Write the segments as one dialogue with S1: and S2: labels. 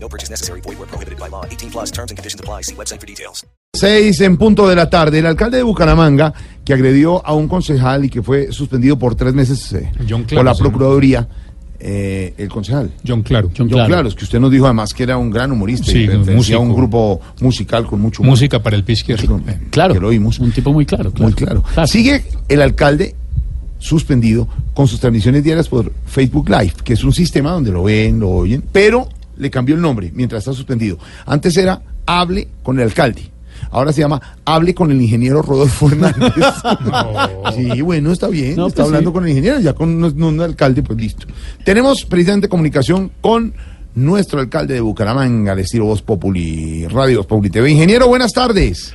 S1: No purchase necessary. Void where prohibited by law. 18 plus terms and conditions apply. See website for details.
S2: Seis en punto de la tarde. El alcalde de Bucaramanga, que agredió a un concejal y que fue suspendido por tres meses eh,
S3: John
S2: por la
S3: Claros,
S2: Procuraduría, eh, el concejal.
S3: John Claro.
S2: Yo, claro. es que usted nos dijo además que era un gran humorista
S3: Sí,
S2: y pertenecía a un
S3: músico.
S2: grupo musical con mucho humor.
S3: Música para el pie izquierdo.
S2: Músico, eh,
S4: Claro,
S2: que lo oímos.
S4: un tipo muy claro, claro.
S2: Muy claro.
S4: Claro.
S2: Sigue el alcalde suspendido con sus transmisiones diarias por Facebook Live, que es un sistema donde lo ven, lo oyen, pero le cambió el nombre mientras está suspendido. Antes era Hable con el alcalde. Ahora se llama Hable con el ingeniero Rodolfo Hernández. Sí, bueno, está bien.
S4: No,
S2: está
S4: pues
S2: hablando
S4: sí.
S2: con el ingeniero, ya con un, un alcalde, pues listo. Tenemos precisamente comunicación con nuestro alcalde de Bucaramanga, de estilo Voz Populi, Radio Voz Populi TV. Ingeniero, buenas tardes.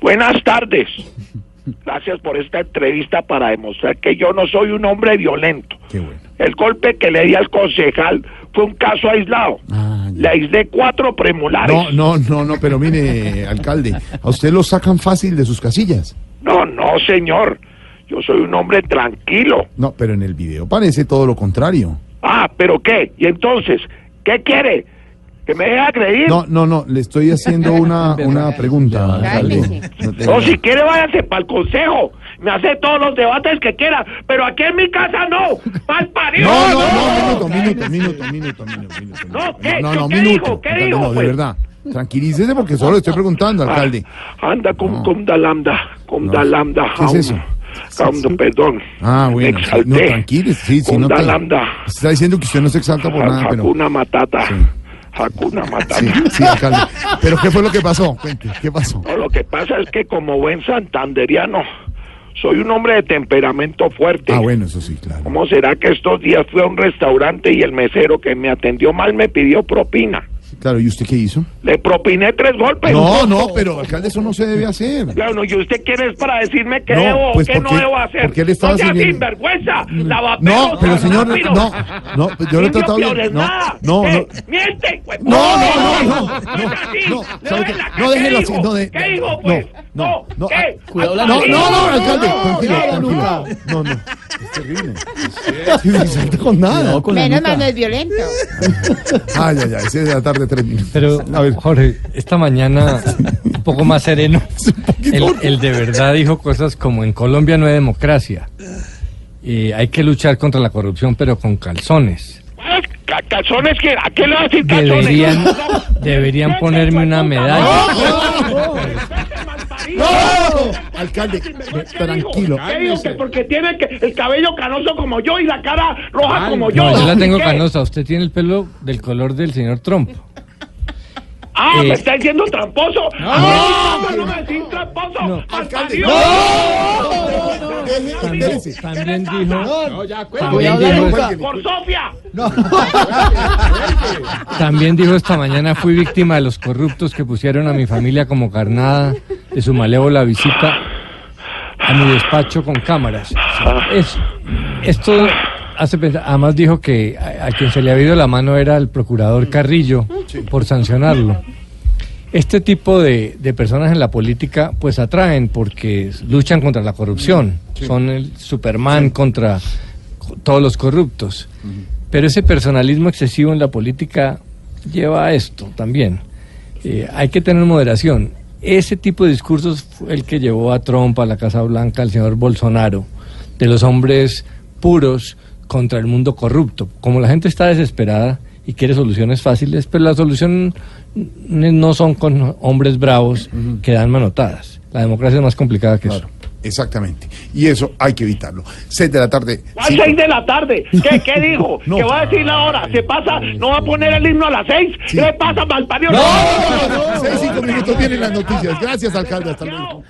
S5: Buenas tardes. Gracias por esta entrevista para demostrar que yo no soy un hombre violento.
S2: Qué bueno.
S5: El golpe que le di al concejal fue un caso aislado.
S2: Ah, ya.
S5: le aislé cuatro premolares.
S2: No, no, no, no, pero mire, alcalde, a usted lo sacan fácil de sus casillas.
S5: no, no, señor. Yo soy un hombre tranquilo.
S2: No, pero en el video parece todo lo contrario.
S5: Ah, pero ¿qué? ¿Y entonces? ¿Qué quiere? ¿Que me deje agredir?
S2: No, no, no, le estoy haciendo una, una pregunta, alcalde.
S6: Cálmese.
S2: No te-
S5: No, si quiere váyase para el consejo. Me hace todos los debates que quiera, pero aquí en mi casa no. ¡Mal parido!
S2: No, no, no, minuto, minuto, minuto, minuto, minuto, minuto.
S5: No, ¿qué?
S2: No,
S5: ¿Yo
S2: no,
S5: qué
S2: minuto.
S5: digo? ¿Qué
S2: alcalde,
S5: digo,
S2: No, de
S5: pues?
S2: verdad. Tranquilícese porque solo le estoy preguntando, alcalde.
S5: Ah, Anda con,
S2: No.
S5: con da lambda, con
S2: Oh. No.
S5: da lambda.
S2: ¿Qué es
S5: aún.
S2: eso?
S5: Aún,
S2: Sí, sí.
S5: perdón.
S2: Ah,
S5: Me
S2: bueno. sí,
S5: exalté.
S2: No, tranquilo, sí, sí,
S5: Con
S2: no
S5: da
S2: te-
S5: lambda.
S2: Está diciendo que usted no se exalta por nada, pero.
S5: Hakuna Matata.
S2: Sí.
S5: Hakuna Matata.
S2: Sí, sí, alcalde. Pero ¿qué fue lo que pasó? Cuente, ¿qué pasó?
S5: No, lo que pasa es que como buen santanderiano, soy un hombre de temperamento fuerte.
S2: Ah, bueno, eso sí, claro.
S5: ¿Cómo será que estos días fui a un restaurante y el mesero que me atendió mal me pidió propina?
S2: Claro, ¿y usted qué hizo?
S5: Le propiné tres golpes.
S2: No, no, pero alcalde, eso no se debe hacer.
S5: Bueno, ¿y usted quién es para decirme qué
S2: No,
S5: debo
S2: pues,
S5: o qué
S2: ¿por
S5: no
S2: qué-
S5: debo hacer?
S2: por qué le estaba
S5: no sea
S2: siguiendo?
S5: sinvergüenza, lavapelos,
S2: No, pero señor,
S5: vampiros.
S2: no, no, yo lo he
S5: Indio
S2: tratado bien.
S5: Piores,
S2: No,
S5: nada.
S2: no, no.
S5: ¿Qué? ¡Miente! güey!
S2: Eh, No, no, no, no,
S5: es así.
S2: no,
S5: Le
S2: ¿sabe
S5: doy
S2: qué?
S5: la
S2: No,
S5: ca-
S2: déjelo
S5: ¿qué
S2: así,
S5: digo?
S2: no, de-
S5: ¿Qué digo,
S2: no,
S5: pues?
S2: no,
S5: No,
S2: no,
S5: ¿qué?
S2: ah,
S4: cuidado,
S5: ¿Hasta
S4: la-
S2: No,
S5: qué?
S2: no, no, alcalde,
S5: No,
S2: tranquilo,
S5: no,
S2: tranquilo.
S5: no.
S2: No, no, es terrible. Sí, No salta con nada.
S4: Cuidado con la nuca.
S6: es violento.
S2: Ay, ay, ay, seis de la tarde, tres minutos.
S7: Pero,
S2: a ver,
S7: Jorge, esta mañana, un poco más sereno, el, el de verdad dijo cosas como en Colombia no hay democracia. Y hay que luchar contra la corrupción, pero con calzones.
S5: Ca- ¿Calzones que ¿A qué le va a decir calzones?
S7: Deberían,
S5: No,
S7: deberían
S5: Vete,
S7: ponerme
S5: hijo de
S7: una
S5: puta,
S7: medalla.
S5: vete, malparido.
S2: ¡No! Alcalde,
S5: ¿Qué digo?
S2: tranquilo.
S5: ¿Qué digo? Que porque tiene que- el cabello canoso como yo y la cara roja como yo.
S7: No, yo la tengo
S5: ¿Qué?
S7: canosa. Usted tiene el pelo del color del señor Trump.
S5: Ah,
S7: Eh.
S5: me está diciendo tramposo. Ah, No, no, me decís tramposo.
S7: No.
S5: Alcalde,
S2: Deje,
S7: También,
S2: espérese.
S7: también dijo,
S2: Cuidado,
S7: Bien,
S2: no,
S7: bien.
S2: cuélguele.
S5: Por Sofía.
S7: también dijo esta mañana fui víctima de los corruptos que pusieron a mi familia como carnada de su malévola visita a mi despacho con cámaras. Es, esto hace pensar, además dijo que a, a quien se le había ido la mano era el procurador Carrillo por sancionarlo. Este tipo de, de personas en la política pues atraen porque luchan contra la corrupción, son el Superman contra co- todos los corruptos. Pero ese personalismo excesivo en la política lleva a esto también. Eh, hay que tener moderación. Ese tipo de discursos fue el que llevó a Trump, a la Casa Blanca, al señor Bolsonaro, de los hombres puros contra el mundo corrupto. Como la gente está desesperada y quiere soluciones fáciles, pero la solución n- no son con hombres bravos que dan manotadas. La democracia es más complicada que eso.
S2: Claro, exactamente. Y eso hay que evitarlo. Seis de la tarde.
S5: A
S2: cinco.
S5: seis de la tarde. ¿Qué, qué dijo?
S2: No.
S5: ¿Qué va a decir la hora? ¿Se pasa? ¿No va a poner el himno a las seis?
S2: Sí.
S5: ¿Qué le pasa, malparido?
S2: No, no, no, no, seis, cinco minutos vienen las noticias. Gracias, alcalde. Hasta luego.